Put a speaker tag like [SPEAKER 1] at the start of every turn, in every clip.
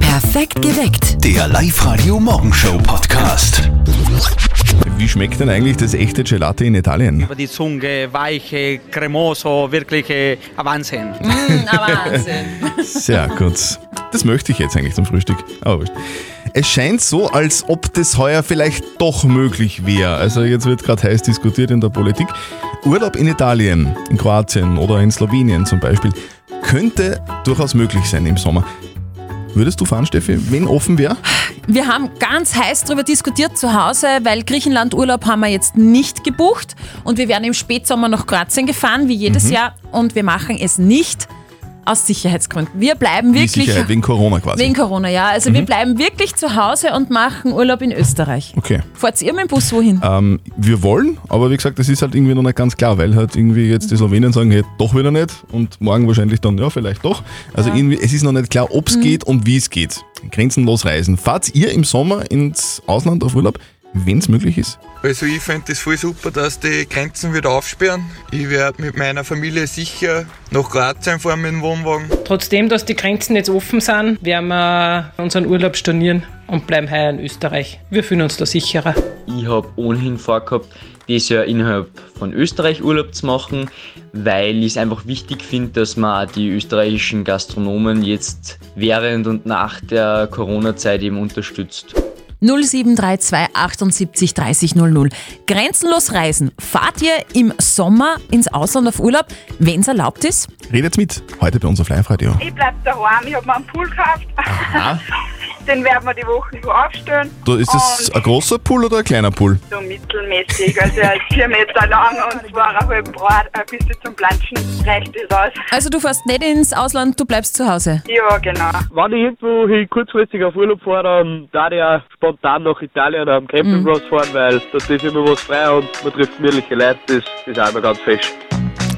[SPEAKER 1] Perfekt geweckt.
[SPEAKER 2] Der Live-Radio Morgenshow Podcast.
[SPEAKER 3] Wie schmeckt denn eigentlich das echte Gelato in Italien?
[SPEAKER 4] über die Zunge, weiche, cremoso, wirklich äh, ein Wahnsinn.
[SPEAKER 3] Sehr gut. Das möchte ich jetzt eigentlich zum Frühstück. Aber wurscht. Es scheint so, als ob das heuer vielleicht doch möglich wäre. Also jetzt wird gerade heiß diskutiert in der Politik. Urlaub in Italien, in Kroatien oder in Slowenien zum Beispiel könnte durchaus möglich sein im Sommer. Würdest du fahren, Steffi, wenn offen wäre?
[SPEAKER 5] Wir haben ganz heiß darüber diskutiert zu Hause, weil Griechenland-Urlaub haben wir jetzt nicht gebucht und wir werden im Spätsommer nach Kroatien gefahren, wie jedes Jahr, und wir machen es nicht aus Sicherheitsgründen. Wir bleiben
[SPEAKER 3] Die
[SPEAKER 5] wirklich
[SPEAKER 3] Sicherheit wegen Corona quasi.
[SPEAKER 5] wegen Corona, ja. Also wir bleiben wirklich zu Hause und machen Urlaub in Österreich.
[SPEAKER 3] okay.
[SPEAKER 5] Fahrt ihr mit dem Bus wohin?
[SPEAKER 3] Ähm, wir wollen, aber wie gesagt, das ist halt irgendwie noch nicht ganz klar, weil halt irgendwie jetzt die Slowenen sagen, hey, doch wieder nicht und morgen wahrscheinlich dann, ja, vielleicht doch. Also irgendwie, es ist noch nicht klar, ob es geht und wie es geht. Grenzenlos reisen. Fahrt ihr im Sommer ins Ausland auf Urlaub, wenn es möglich ist?
[SPEAKER 6] Also ich fände es voll super, dass die Grenzen wieder aufsperren. Ich werde mit meiner Familie sicher nach Kroatien fahren mit dem Wohnwagen.
[SPEAKER 7] Trotzdem, dass die Grenzen jetzt offen sind, werden wir unseren Urlaub stornieren und bleiben heuer in Österreich. Wir fühlen uns da sicherer.
[SPEAKER 8] Ich habe ohnehin vorgehabt, dieses Jahr innerhalb von Österreich Urlaub zu machen, weil ich es einfach wichtig finde, dass man auch die österreichischen Gastronomen jetzt während und nach der Corona-Zeit eben unterstützt.
[SPEAKER 5] 0732 78 30 00. Grenzenlos reisen. Fahrt ihr im Sommer ins Ausland auf Urlaub, wenn es erlaubt ist?
[SPEAKER 3] Redet mit, heute bei uns auf Live-Radio.
[SPEAKER 9] Ich bleib daheim, ich hab mir einen Pool gekauft. Den werden wir die Woche über aufstellen.
[SPEAKER 3] Da ist das
[SPEAKER 9] Oh,
[SPEAKER 3] ein großer Pool oder ein kleiner Pool?
[SPEAKER 9] So mittelmäßig, also er ist vier Meter lang und zweieinhalb breit, ein bisschen zum Planschen reicht das aus.
[SPEAKER 5] Also du fährst nicht ins Ausland, du bleibst zu Hause.
[SPEAKER 9] Ja, genau.
[SPEAKER 10] Wenn ich irgendwo hin kurzfristig auf Urlaub fahre, dann darf ich auch spontan nach Italien am Campingplatz fahren, weil da ist immer was frei und man trifft gemütliche Leute, das ist auch immer ganz fest.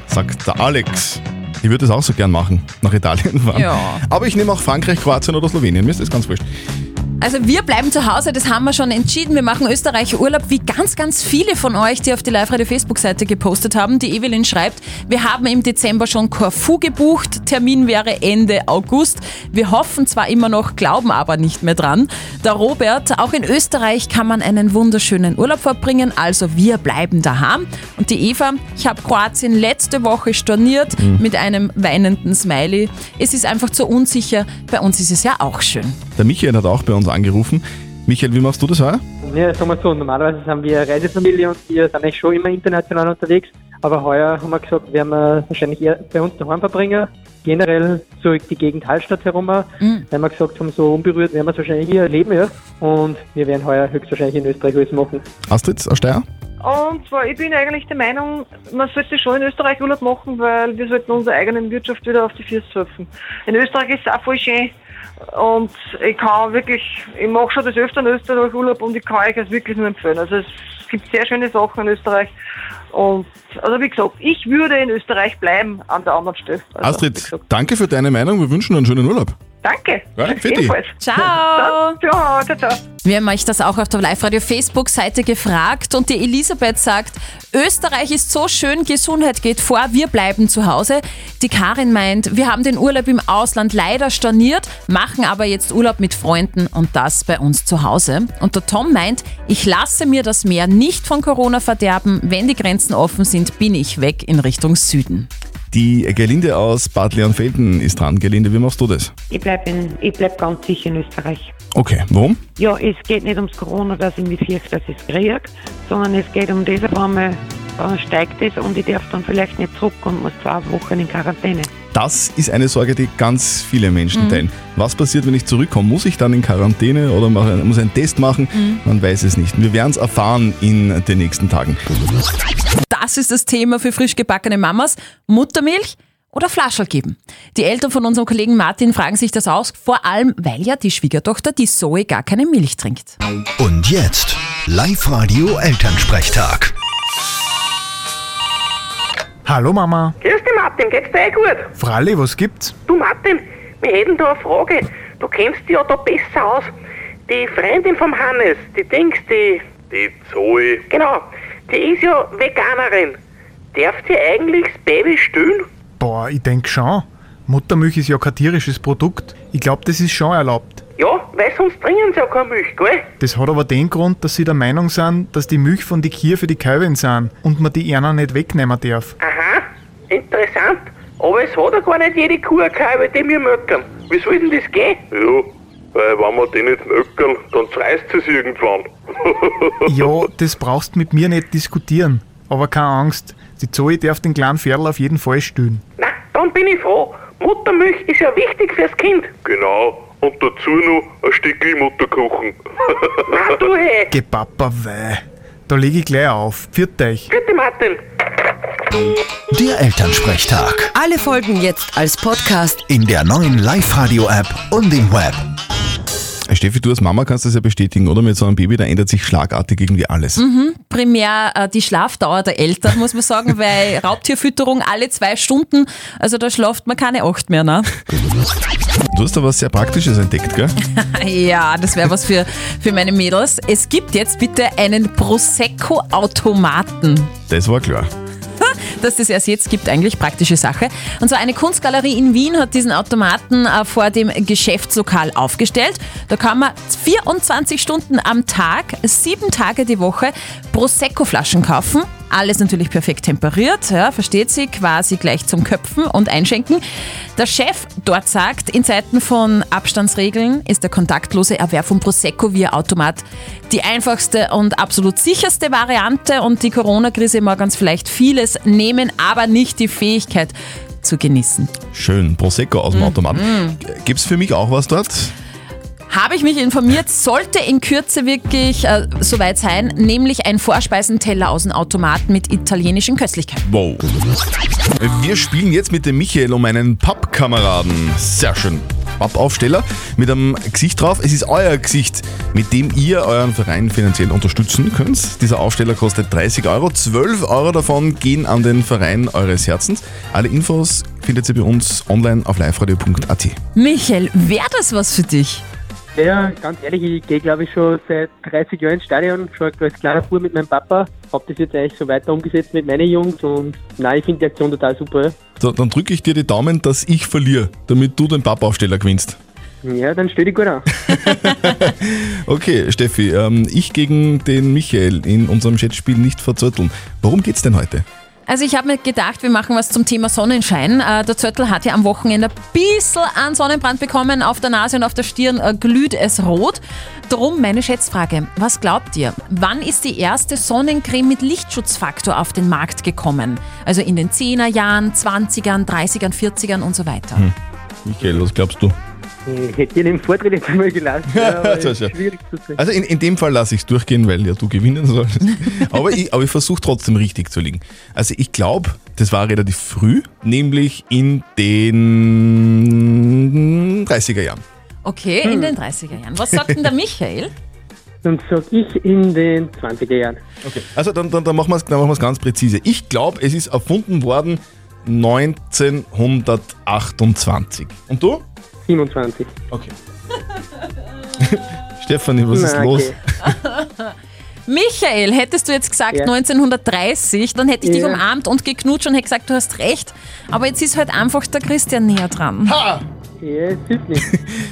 [SPEAKER 3] Sagt der Alex. Ich würde das auch so gern machen, nach Italien fahren.
[SPEAKER 5] Ja.
[SPEAKER 3] Aber ich nehme auch Frankreich, Kroatien oder Slowenien, mir ist das ganz wurscht.
[SPEAKER 5] Also wir bleiben zu Hause, das haben wir schon entschieden. Wir machen Österreich Urlaub, wie ganz, ganz viele von euch, die auf die Live-Radio-Facebook-Seite gepostet haben. Die Evelyn schreibt, wir haben im Dezember schon Korfu gebucht, Termin wäre Ende August. Wir hoffen zwar immer noch, glauben aber nicht mehr dran. Der Robert, auch in Österreich kann man einen wunderschönen Urlaub verbringen, also wir bleiben daheim. Und die Eva, ich habe Kroatien letzte Woche storniert mit einem weinenden Smiley. Es ist einfach zu unsicher, bei uns ist es ja auch schön.
[SPEAKER 3] Der Michael hat auch bei uns angerufen. Michael, wie machst du das heuer?
[SPEAKER 10] Ja, sagen wir so, normalerweise sind wir Reisefamilie und wir sind eigentlich schon immer international unterwegs, aber heuer haben wir gesagt, werden wir wahrscheinlich eher bei uns daheim verbringen, generell zurück die Gegend Hallstatt herum, weil wir gesagt haben, so unberührt werden wir es wahrscheinlich hier erleben, ja, und wir werden heuer höchstwahrscheinlich in Österreich alles machen.
[SPEAKER 3] Astrid aus Steyr?
[SPEAKER 9] Und zwar, ich bin eigentlich der Meinung, man sollte schon in Österreich Urlaub machen, weil wir sollten unserer eigenen Wirtschaft wieder auf die Füße surfen. In Österreich ist es auch voll schön und ich kann wirklich, ich mache schon das öfter in Österreich Urlaub und ich kann euch das wirklich nur empfehlen. Also es gibt sehr schöne Sachen in Österreich und also wie gesagt, ich würde in Österreich bleiben an der anderen Stelle. Also, wie
[SPEAKER 3] Astrid,
[SPEAKER 9] gesagt,
[SPEAKER 3] danke für deine Meinung. Wir wünschen einen schönen Urlaub.
[SPEAKER 9] Danke.
[SPEAKER 3] Ja, für dich.
[SPEAKER 9] Ebenfalls.
[SPEAKER 5] Ciao!
[SPEAKER 9] Ciao, ciao, ciao.
[SPEAKER 5] Wir haben euch das auch auf der Live-Radio-Facebook-Seite gefragt und die Elisabeth sagt, Österreich ist so schön, Gesundheit geht vor, wir bleiben zu Hause. Die Karin meint, wir haben den Urlaub im Ausland leider storniert, machen aber jetzt Urlaub mit Freunden und das bei uns zu Hause. Und der Tom meint, ich lasse mir das Meer nicht von Corona verderben, wenn die Grenzen offen sind, bin ich weg in Richtung Süden.
[SPEAKER 3] Die Gelinde aus Bad Leonfelden ist dran. Gelinde, wie machst du das?
[SPEAKER 11] Ich bleibe ich bleib ganz sicher in Österreich.
[SPEAKER 3] Okay, warum?
[SPEAKER 11] Ja, es geht nicht ums Corona, dass ich mich fürchte, dass ich es kriege, sondern es geht um das, wenn man äh, steigt es und ich darf dann vielleicht nicht zurück und muss zwei Wochen in Quarantäne.
[SPEAKER 3] Das ist eine Sorge, die ganz viele
[SPEAKER 9] Mhm.
[SPEAKER 3] Menschen teilen. Was passiert, wenn ich zurückkomme? Muss ich dann in Quarantäne oder mache, muss einen Test machen?
[SPEAKER 9] Mhm.
[SPEAKER 3] Man weiß es nicht. Wir werden es erfahren in den nächsten Tagen.
[SPEAKER 5] Das ist das Thema für frisch gebackene Mamas. Muttermilch oder Flascherl geben? Die Eltern von unserem Kollegen Martin fragen sich das aus, vor allem, weil ja die Schwiegertochter, die Zoe, gar keine Milch trinkt.
[SPEAKER 2] Und jetzt Live-Radio Elternsprechtag.
[SPEAKER 10] Hallo Mama,
[SPEAKER 9] Grüß dich, Martin. Geht's dir eh gut?
[SPEAKER 10] Fralli, was gibt's?
[SPEAKER 9] Du, Martin, wir hätten da eine Frage. Du kennst dich ja da besser aus. Die Freundin vom Hannes, die Dings, die... Die Zoe. Genau. Die ist ja Veganerin. Darf sie eigentlich das Baby stillen?
[SPEAKER 10] Boah, ich denk schon. Muttermilch ist ja kein tierisches Produkt. Ich glaube, das ist schon erlaubt.
[SPEAKER 9] Ja,
[SPEAKER 1] weil sonst bringen sie ja keine Milch, gell?
[SPEAKER 12] Das hat aber den Grund, dass sie der Meinung sind, dass die Milch von die Kühe für die Kälbin sind und man die einer nicht wegnehmen darf.
[SPEAKER 1] Aha, interessant. Aber es hat ja gar nicht jede Kuh eine Kalbe, die wir möckern. Wie soll denn das gehen?
[SPEAKER 13] Ja, weil wenn wir die nicht möckern, dann zerreißt es irgendwann.
[SPEAKER 12] ja, das brauchst mit mir nicht diskutieren. Aber keine Angst, die Zoe darf den kleinen Pferdl auf jeden Fall stillen.
[SPEAKER 1] Na, dann bin ich froh. Muttermilch ist ja wichtig fürs Kind.
[SPEAKER 13] Genau. Und dazu noch ein Stückchen Mutterkuchen.
[SPEAKER 1] Na du, hey.
[SPEAKER 12] Geh Papa, weh. Da leg ich gleich auf. Pfiat euch.
[SPEAKER 1] Bitte, Martin.
[SPEAKER 2] Der Elternsprechtag.
[SPEAKER 14] Alle Folgen jetzt als Podcast.
[SPEAKER 2] In der neuen Live-Radio-App und im Web.
[SPEAKER 3] Steffi, du als Mama kannst das ja bestätigen, oder? Mit so einem Baby, da ändert sich schlagartig irgendwie alles.
[SPEAKER 5] Mhm. Primär äh, die Schlafdauer der Eltern, muss man sagen, weil Raubtierfütterung alle zwei Stunden, also da schlaft man keine acht mehr, ne?
[SPEAKER 3] Du hast da was sehr Praktisches entdeckt, gell?
[SPEAKER 5] ja, das wäre was für, für meine Mädels. Es gibt jetzt bitte einen Prosecco-Automaten.
[SPEAKER 3] Das war klar.
[SPEAKER 5] dass das erst jetzt gibt, eigentlich praktische Sache. Und zwar eine Kunstgalerie in Wien hat diesen Automaten äh, vor dem Geschäftslokal aufgestellt. Da kann man 24 Stunden am Tag, sieben Tage die Woche Prosecco-Flaschen kaufen. Alles natürlich perfekt temperiert, ja, versteht sie, quasi gleich zum Köpfen und Einschenken. Der Chef dort sagt, in Zeiten von Abstandsregeln ist der kontaktlose Erwerb von Prosecco via Automat die einfachste und absolut sicherste Variante und die Corona-Krise mag uns vielleicht vieles nehmen, aber nicht die Fähigkeit zu genießen.
[SPEAKER 3] Schön, Prosecco aus dem Automaten.
[SPEAKER 5] Mhm.
[SPEAKER 3] Gibt es für mich auch was dort?
[SPEAKER 5] Habe ich mich informiert, sollte in Kürze wirklich äh, soweit sein, nämlich ein Vorspeisenteller aus dem Automat mit italienischen Köstlichkeiten.
[SPEAKER 3] Wow. Wir spielen jetzt mit dem Michael um einen Pappkameraden. Sehr schön. Pappaufsteller mit einem Gesicht drauf. Es ist euer Gesicht, mit dem ihr euren Verein finanziell unterstützen könnt. Dieser Aufsteller kostet 30 Euro. 12 Euro davon gehen an den Verein eures Herzens. Alle Infos findet ihr bei uns online auf liveradio.at.
[SPEAKER 5] Michael, wäre das was für dich?
[SPEAKER 10] Ja, ganz ehrlich, ich gehe glaube ich schon seit 30 Jahren ins Stadion, schon als kleiner Bub mit meinem Papa. Hab das jetzt eigentlich so weiter umgesetzt mit meinen Jungs und nein, ich finde die Aktion total super.
[SPEAKER 3] So, dann drücke ich dir die Daumen, dass ich verliere, damit du den Pappaufsteller gewinnst.
[SPEAKER 10] Ja, dann stell dich gut an.
[SPEAKER 3] Okay, Steffi, ähm, ich gegen den Michael in unserem Chatspiel nicht verzötteln. Worum geht's denn heute?
[SPEAKER 5] Also ich habe mir gedacht, wir machen was zum Thema Sonnenschein. Äh, der Zöttl hat ja am Wochenende ein bisschen an Sonnenbrand bekommen. Auf der Nase und auf der Stirn äh, glüht es rot. Drum meine Schätzfrage. Was glaubt ihr? Wann ist die erste Sonnencreme mit Lichtschutzfaktor auf den Markt gekommen? Also in den 10er Jahren, 20ern, 30ern, 40ern und so weiter.
[SPEAKER 3] Hm. Michael, was glaubst du?
[SPEAKER 10] Ich hätte ihn im Vortritt jetzt mal gelassen. aber
[SPEAKER 3] Sehr
[SPEAKER 10] ist
[SPEAKER 3] schön.
[SPEAKER 10] schwierig zu sagen.
[SPEAKER 3] Also in, in dem Fall lasse ich es durchgehen, weil ja du gewinnen sollst. aber ich, aber ich versuche trotzdem richtig zu liegen. Also ich glaube, das war relativ früh, nämlich in den 30er Jahren.
[SPEAKER 5] Okay, in
[SPEAKER 10] Hm.
[SPEAKER 5] den 30er Jahren. Was sagt denn der Michael?
[SPEAKER 10] Dann sag ich in den 20er Jahren.
[SPEAKER 3] Okay. Also dann, dann, dann machen wir es ganz präzise. Ich glaube, es ist erfunden worden 1928. Und du?
[SPEAKER 10] 27.
[SPEAKER 3] Okay. Stefanie, was ist
[SPEAKER 10] Na, okay.
[SPEAKER 3] los?
[SPEAKER 5] Michael, hättest du jetzt gesagt
[SPEAKER 10] Ja.
[SPEAKER 5] 1930, dann hätte ich dich
[SPEAKER 10] Ja.
[SPEAKER 5] umarmt und geknutscht und hätte gesagt, du hast recht. Aber jetzt ist halt einfach der Christian näher dran.
[SPEAKER 3] Ha!
[SPEAKER 10] Ja, es hilft nicht.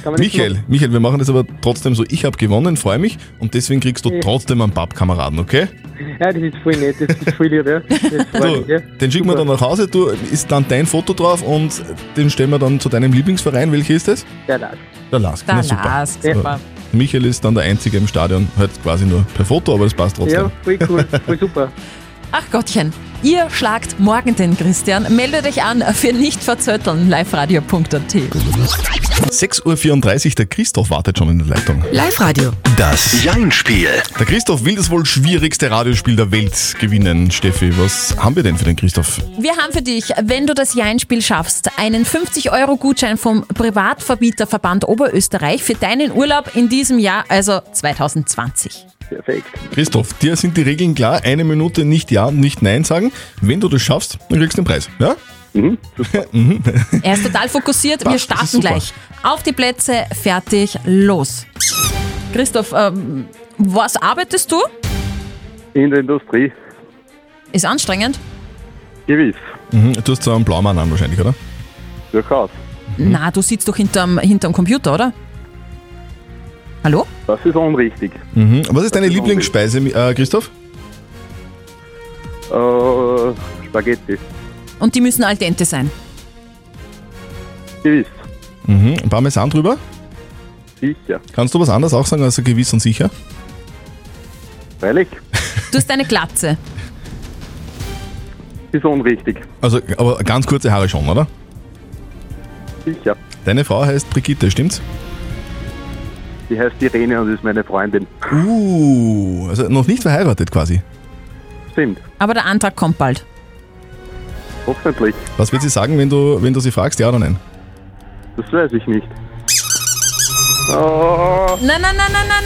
[SPEAKER 10] Kann man nicht
[SPEAKER 3] Michael, Michael, wir machen das aber trotzdem so. Ich habe gewonnen, freue mich und deswegen kriegst du
[SPEAKER 10] Ja.
[SPEAKER 3] trotzdem einen Pappkameraden, okay?
[SPEAKER 10] machen. Ja, das ist voll nett, das ist voll lieb, ja. Das freut
[SPEAKER 3] Du,
[SPEAKER 10] mich, ja.
[SPEAKER 3] den schicken wir dann nach Hause, du ist dann dein Foto drauf und den stellen wir dann zu deinem Lieblingsverein. Welcher ist das?
[SPEAKER 10] Der Lars.
[SPEAKER 3] Der Lask.
[SPEAKER 10] Der
[SPEAKER 3] Na, super.
[SPEAKER 10] Lask, super.
[SPEAKER 3] So, Michael ist dann der Einzige im Stadion, halt quasi nur per Foto, aber das passt trotzdem.
[SPEAKER 10] Ja, voll cool, voll super.
[SPEAKER 5] Ach Gottchen, ihr schlagt morgen den Christian. Meldet euch an für nicht verzötteln. liveradio.at
[SPEAKER 3] 6.34 Uhr, der Christoph wartet schon in der Leitung.
[SPEAKER 14] Live-Radio.
[SPEAKER 3] Das Jein-Spiel. Der Christoph will das wohl schwierigste Radiospiel der Welt gewinnen. Steffi, was haben wir denn für den Christoph?
[SPEAKER 5] Wir haben für dich, wenn du das Jein-Spiel schaffst, einen 50-Euro-Gutschein vom Privatverbieterverband Oberösterreich für deinen Urlaub in diesem Jahr, also 2020.
[SPEAKER 10] Perfekt.
[SPEAKER 3] Christoph, dir sind die Regeln klar. Eine Minute nicht Ja und nicht Nein sagen. Wenn du das schaffst, dann kriegst du den Preis. Ja? Mhm. mhm.
[SPEAKER 5] Er ist total fokussiert. Wir
[SPEAKER 3] Passt, das ist
[SPEAKER 5] starten
[SPEAKER 3] super.
[SPEAKER 5] gleich. Auf die Plätze, fertig, los. Christoph, ähm, was arbeitest du?
[SPEAKER 15] In der Industrie,
[SPEAKER 5] Ist anstrengend?
[SPEAKER 15] gewiss,
[SPEAKER 3] Mhm. Du hast so einen Blaumann an wahrscheinlich, oder?
[SPEAKER 15] durchaus.
[SPEAKER 3] Hm.
[SPEAKER 5] Na, du sitzt doch hinterm, hinterm Computer, oder? Hallo?
[SPEAKER 15] Das ist unrichtig.
[SPEAKER 3] Mhm. Was ist deine Lieblingsspeise, äh, Christoph?
[SPEAKER 15] Äh, Spaghetti.
[SPEAKER 5] Und die müssen al dente sein.
[SPEAKER 15] Gewiss.
[SPEAKER 3] Mhm. Parmesan drüber?
[SPEAKER 15] Sicher.
[SPEAKER 3] Kannst du was anderes auch sagen, also gewiss und sicher?
[SPEAKER 15] Freilich.
[SPEAKER 5] Du hast eine Glatze.
[SPEAKER 15] Ist unrichtig.
[SPEAKER 3] Also, aber ganz kurze Haare schon, oder?
[SPEAKER 15] Sicher.
[SPEAKER 3] Deine Frau heißt Brigitte, stimmt's?
[SPEAKER 15] Die heißt Irene und ist meine Freundin.
[SPEAKER 3] Uh, also noch nicht verheiratet quasi.
[SPEAKER 15] Stimmt.
[SPEAKER 5] Aber der Antrag kommt bald.
[SPEAKER 15] Hoffentlich.
[SPEAKER 3] Was wird sie sagen, wenn du, wenn du sie fragst, ja oder nein?
[SPEAKER 15] Das weiß ich nicht.
[SPEAKER 5] Na, na, na, na, na,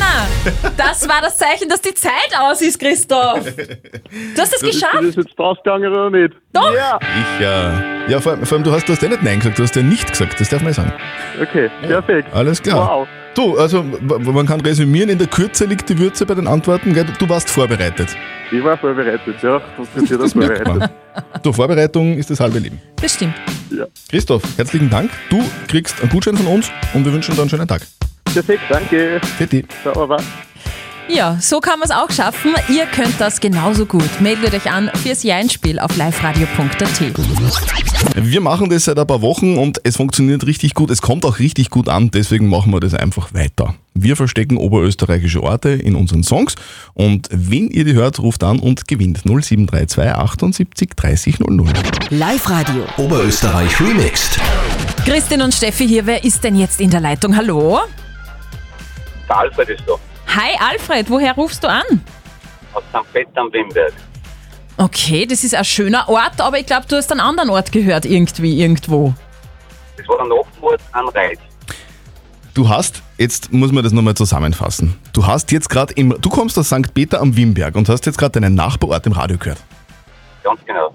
[SPEAKER 5] na. Das war das Zeichen, dass die Zeit aus ist, Christoph. Du hast es
[SPEAKER 15] Ist
[SPEAKER 5] geschafft.
[SPEAKER 15] das jetzt ausgegangen oder nicht?
[SPEAKER 5] Doch.
[SPEAKER 3] Ich, äh, ja, vor allem, vor allem du, hast, du hast ja nicht Nein gesagt, du hast ja nicht gesagt, das darf man ja sagen.
[SPEAKER 15] Okay, perfekt.
[SPEAKER 3] Alles klar.
[SPEAKER 15] Wow.
[SPEAKER 3] Du, also w- w- man kann resümieren, in der Kürze liegt die Würze bei den Antworten, gell? du warst vorbereitet.
[SPEAKER 15] Ich war vorbereitet, ja. Funktioniert das
[SPEAKER 3] merkt
[SPEAKER 15] vorbereitet.
[SPEAKER 3] Du, Vorbereitung ist das halbe Leben.
[SPEAKER 5] Das stimmt.
[SPEAKER 15] Ja.
[SPEAKER 3] Christoph, herzlichen Dank. Du kriegst einen Gutschein von uns und wir wünschen dir einen schönen Tag.
[SPEAKER 15] Perfekt, danke.
[SPEAKER 3] Bitte.
[SPEAKER 15] Ciao,
[SPEAKER 5] Ja, so kann man es auch schaffen. Ihr könnt das genauso gut. Meldet euch an fürs Jeinspiel auf liveradio.at.
[SPEAKER 3] Wir machen das seit ein paar Wochen und es funktioniert richtig gut. Es kommt auch richtig gut an, deswegen machen wir das einfach weiter. Wir verstecken oberösterreichische Orte in unseren Songs und wenn ihr die hört, ruft an und gewinnt 0732 78 30 00.
[SPEAKER 14] Live Radio.
[SPEAKER 2] Oberösterreich remixed.
[SPEAKER 5] Christin und Steffi hier, wer ist denn jetzt in der Leitung? Hallo?
[SPEAKER 16] Der Alfred ist da,
[SPEAKER 5] Hi Alfred, woher rufst du an?
[SPEAKER 16] aus St. Pett am Wimberg.
[SPEAKER 5] Okay, das ist ein schöner Ort, aber ich glaube, du hast einen anderen Ort gehört, irgendwie, irgendwo.
[SPEAKER 16] Das war eine Nachtfahrt an Reit.
[SPEAKER 3] Du hast, jetzt muss man das nochmal zusammenfassen. Du hast jetzt gerade im, du kommst aus St. Peter am Wimberg und hast jetzt gerade deinen Nachbarort im Radio gehört.
[SPEAKER 16] Ganz genau.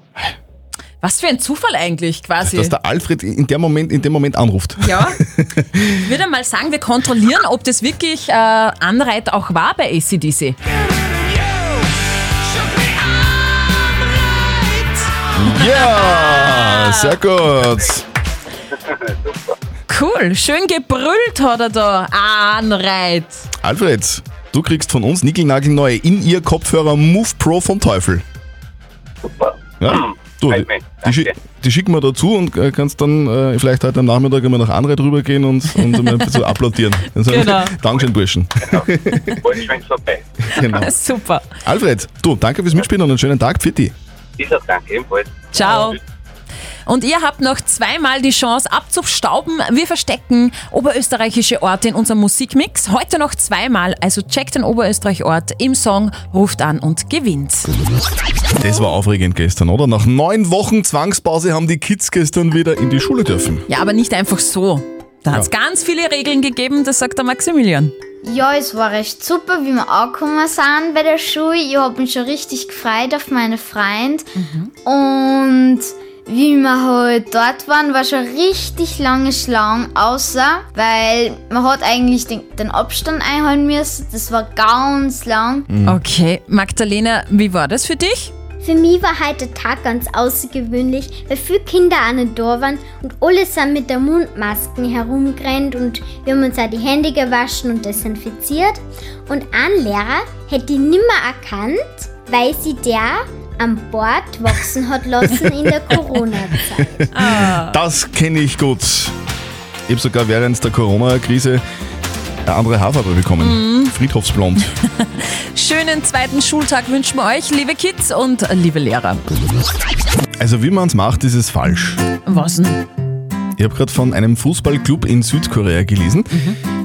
[SPEAKER 5] Was für ein Zufall eigentlich, quasi.
[SPEAKER 3] Dass der Alfred in, der Moment, in dem Moment anruft.
[SPEAKER 5] Ja. Ich würde mal sagen, wir kontrollieren, ob das wirklich äh, Anreit auch war bei ACDC.
[SPEAKER 3] Ja, sehr gut.
[SPEAKER 5] Cool, schön gebrüllt hat er da. Anreit.
[SPEAKER 3] Alfred, du kriegst von uns nickelnagelneue in ihr Kopfhörer Move Pro vom Teufel. Super. Ja, du, die, die, schi- die schicken wir dazu und äh, kannst dann äh, vielleicht heute am Nachmittag einmal nach Anreit rübergehen und, und einmal ein bisschen applaudieren. Dann sagen wir,
[SPEAKER 5] Genau.
[SPEAKER 3] Dankeschön, Burschen. Genau.
[SPEAKER 5] Super.
[SPEAKER 3] Alfred, du, danke fürs Mitspielen und einen schönen Tag. Fitti.
[SPEAKER 16] Dieser Dank ebenfalls.
[SPEAKER 5] Ciao. Und ihr habt noch zweimal die Chance abzustauben. Wir verstecken oberösterreichische Orte in unserem Musikmix. Heute noch zweimal. Also checkt den Oberösterreich-Ort im Song, ruft an und gewinnt.
[SPEAKER 3] Das war aufregend gestern, oder? Nach neun Wochen Zwangspause haben die Kids gestern wieder in die Schule dürfen.
[SPEAKER 5] Ja, aber nicht einfach so. Da hat es ganz viele Regeln gegeben, das sagt der Maximilian.
[SPEAKER 17] Ja, es war recht super, wie wir angekommen sind bei der Schule. Ich habe mich schon richtig gefreut auf meine Freund. Und wie wir halt dort waren, war schon richtig lange Schlange, außer, weil man hat eigentlich den, den Abstand einhalten müssen. Das war ganz lang.
[SPEAKER 5] Okay, Magdalena, wie war das für dich?
[SPEAKER 18] Für mich war heute der Tag ganz außergewöhnlich, weil viele Kinder auch nicht da waren und alle sind mit der Mundmasken herumgerannt und wir haben uns auch die Hände gewaschen und desinfiziert. Und ein Lehrer hätte ich nimmer erkannt, weil sie der am Bord wachsen hat lassen in der Corona-Zeit.
[SPEAKER 3] Das kenne ich gut. Ich habe sogar während der Corona-Krise eine andere Haarfarbe bekommen. Friedhofsblond.
[SPEAKER 5] Schönen zweiten Schultag wünschen wir euch, liebe Kids und liebe Lehrer.
[SPEAKER 3] Also wie man es macht, ist es falsch.
[SPEAKER 5] Was denn?
[SPEAKER 3] Ich habe gerade von einem Fußballclub in Südkorea gelesen.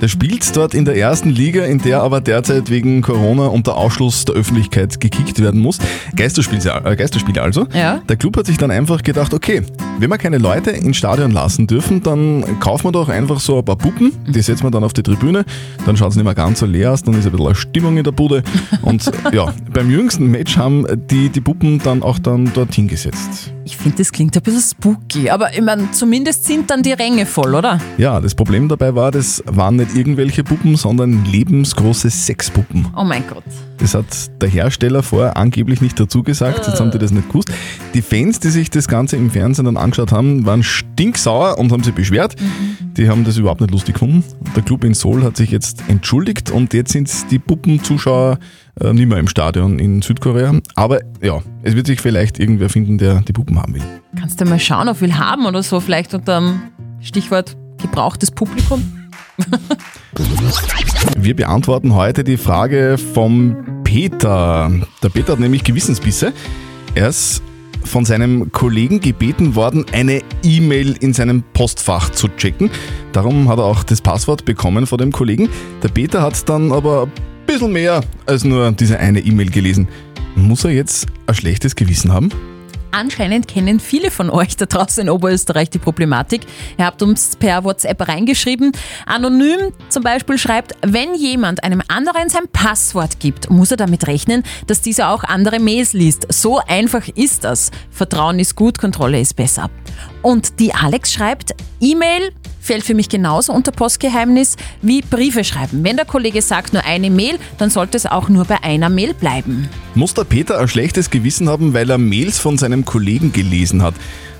[SPEAKER 3] Der spielt dort in der ersten Liga, in der aber derzeit wegen Corona unter Ausschluss der Öffentlichkeit gekickt werden muss. Geisterspiel, äh, Geisterspiel also.
[SPEAKER 5] Ja.
[SPEAKER 3] Der Club hat sich dann einfach gedacht, okay, wenn wir keine Leute ins Stadion lassen dürfen, dann kaufen wir doch einfach so ein paar Puppen, die setzen wir dann auf die Tribüne, dann schaut es nicht mehr ganz so leer aus, dann ist ein bisschen eine Stimmung in der Bude. Und ja, beim jüngsten Match haben die, die Puppen dann auch dann dorthin gesetzt.
[SPEAKER 5] Ich finde, das klingt ein bisschen spooky, aber ich meine, zumindest sind dann die Ränge voll, oder?
[SPEAKER 3] Ja, das Problem dabei war, das waren nicht irgendwelche Puppen, sondern lebensgroße Sexpuppen.
[SPEAKER 5] Oh mein Gott.
[SPEAKER 3] Das hat der Hersteller vorher angeblich nicht dazu gesagt, jetzt haben die das nicht gewusst. Die Fans, die sich das Ganze im Fernsehen dann angeschaut haben, waren stinksauer und haben sich beschwert. Die haben das überhaupt nicht lustig gefunden. Der Club in Seoul hat sich jetzt entschuldigt und jetzt sind die Puppenzuschauer äh, nicht mehr im Stadion in Südkorea. Aber ja, es wird sich vielleicht irgendwer finden, der die Puppen haben will.
[SPEAKER 14] Kannst du mal schauen, ob wir haben oder so, vielleicht unter dem Stichwort gebrauchtes Publikum?
[SPEAKER 3] Wir beantworten heute die Frage vom Peter. Der Peter hat nämlich Gewissensbisse. Er ist von seinem Kollegen gebeten worden, eine E-Mail in seinem Postfach zu checken. Darum hat er auch das Passwort bekommen von dem Kollegen. Der Peter hat dann aber ein bisschen mehr als nur diese eine E-Mail gelesen. Muss er jetzt ein schlechtes Gewissen haben?
[SPEAKER 14] Anscheinend kennen viele von euch da draußen in Oberösterreich die Problematik. Ihr habt uns per WhatsApp reingeschrieben. Anonym zum Beispiel schreibt, wenn jemand einem anderen sein Passwort gibt, muss er damit rechnen, dass dieser auch andere Mails liest. So einfach ist das. Vertrauen ist gut, Kontrolle ist besser. Und die Alex schreibt, E-Mail fällt für mich genauso unter Postgeheimnis wie Briefe schreiben. Wenn der Kollege sagt nur eine Mail, dann sollte es auch nur bei einer Mail bleiben.
[SPEAKER 3] Muss der Peter ein schlechtes Gewissen haben, weil er Mails von seinem Kollegen gelesen hat?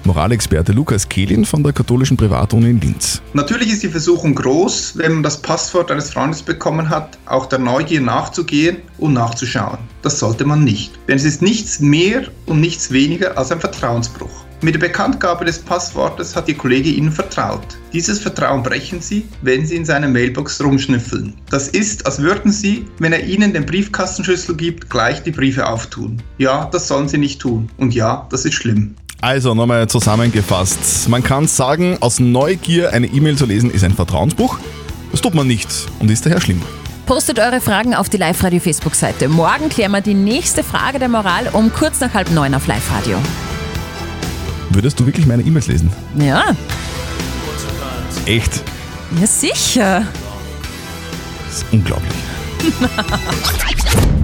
[SPEAKER 3] Moralexperte Lukas Kehlin von der katholischen Privatuni in Linz.
[SPEAKER 19] Natürlich ist die Versuchung groß, wenn man das Passwort eines Freundes bekommen hat, auch der Neugier nachzugehen und nachzuschauen. Das sollte man nicht, denn es ist nichts mehr und nichts weniger als ein Vertrauensbruch. Mit der Bekanntgabe des Passwortes hat Ihr Kollege Ihnen vertraut. Dieses Vertrauen brechen Sie, wenn Sie in seiner Mailbox rumschnüffeln. Das ist, als würden Sie, wenn er Ihnen den Briefkastenschlüssel gibt, gleich die Briefe auftun. Ja, das sollen Sie nicht tun. Und ja, das ist schlimm.
[SPEAKER 3] Also nochmal zusammengefasst. Man kann sagen, aus Neugier eine E-Mail zu lesen ist ein Vertrauensbruch. Das tut man nicht und ist daher schlimm.
[SPEAKER 14] Postet eure Fragen auf die Live-Radio-Facebook-Seite. Morgen klären wir die nächste Frage der Moral um kurz nach halb neun auf Live-Radio.
[SPEAKER 3] Würdest du wirklich meine E-Mails lesen?
[SPEAKER 14] Ja,
[SPEAKER 3] Echt?
[SPEAKER 14] ja sicher.
[SPEAKER 3] Das ist unglaublich.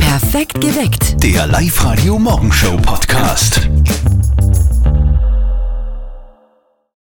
[SPEAKER 20] Perfekt geweckt.
[SPEAKER 2] Der Live-Radio Morgenshow Podcast.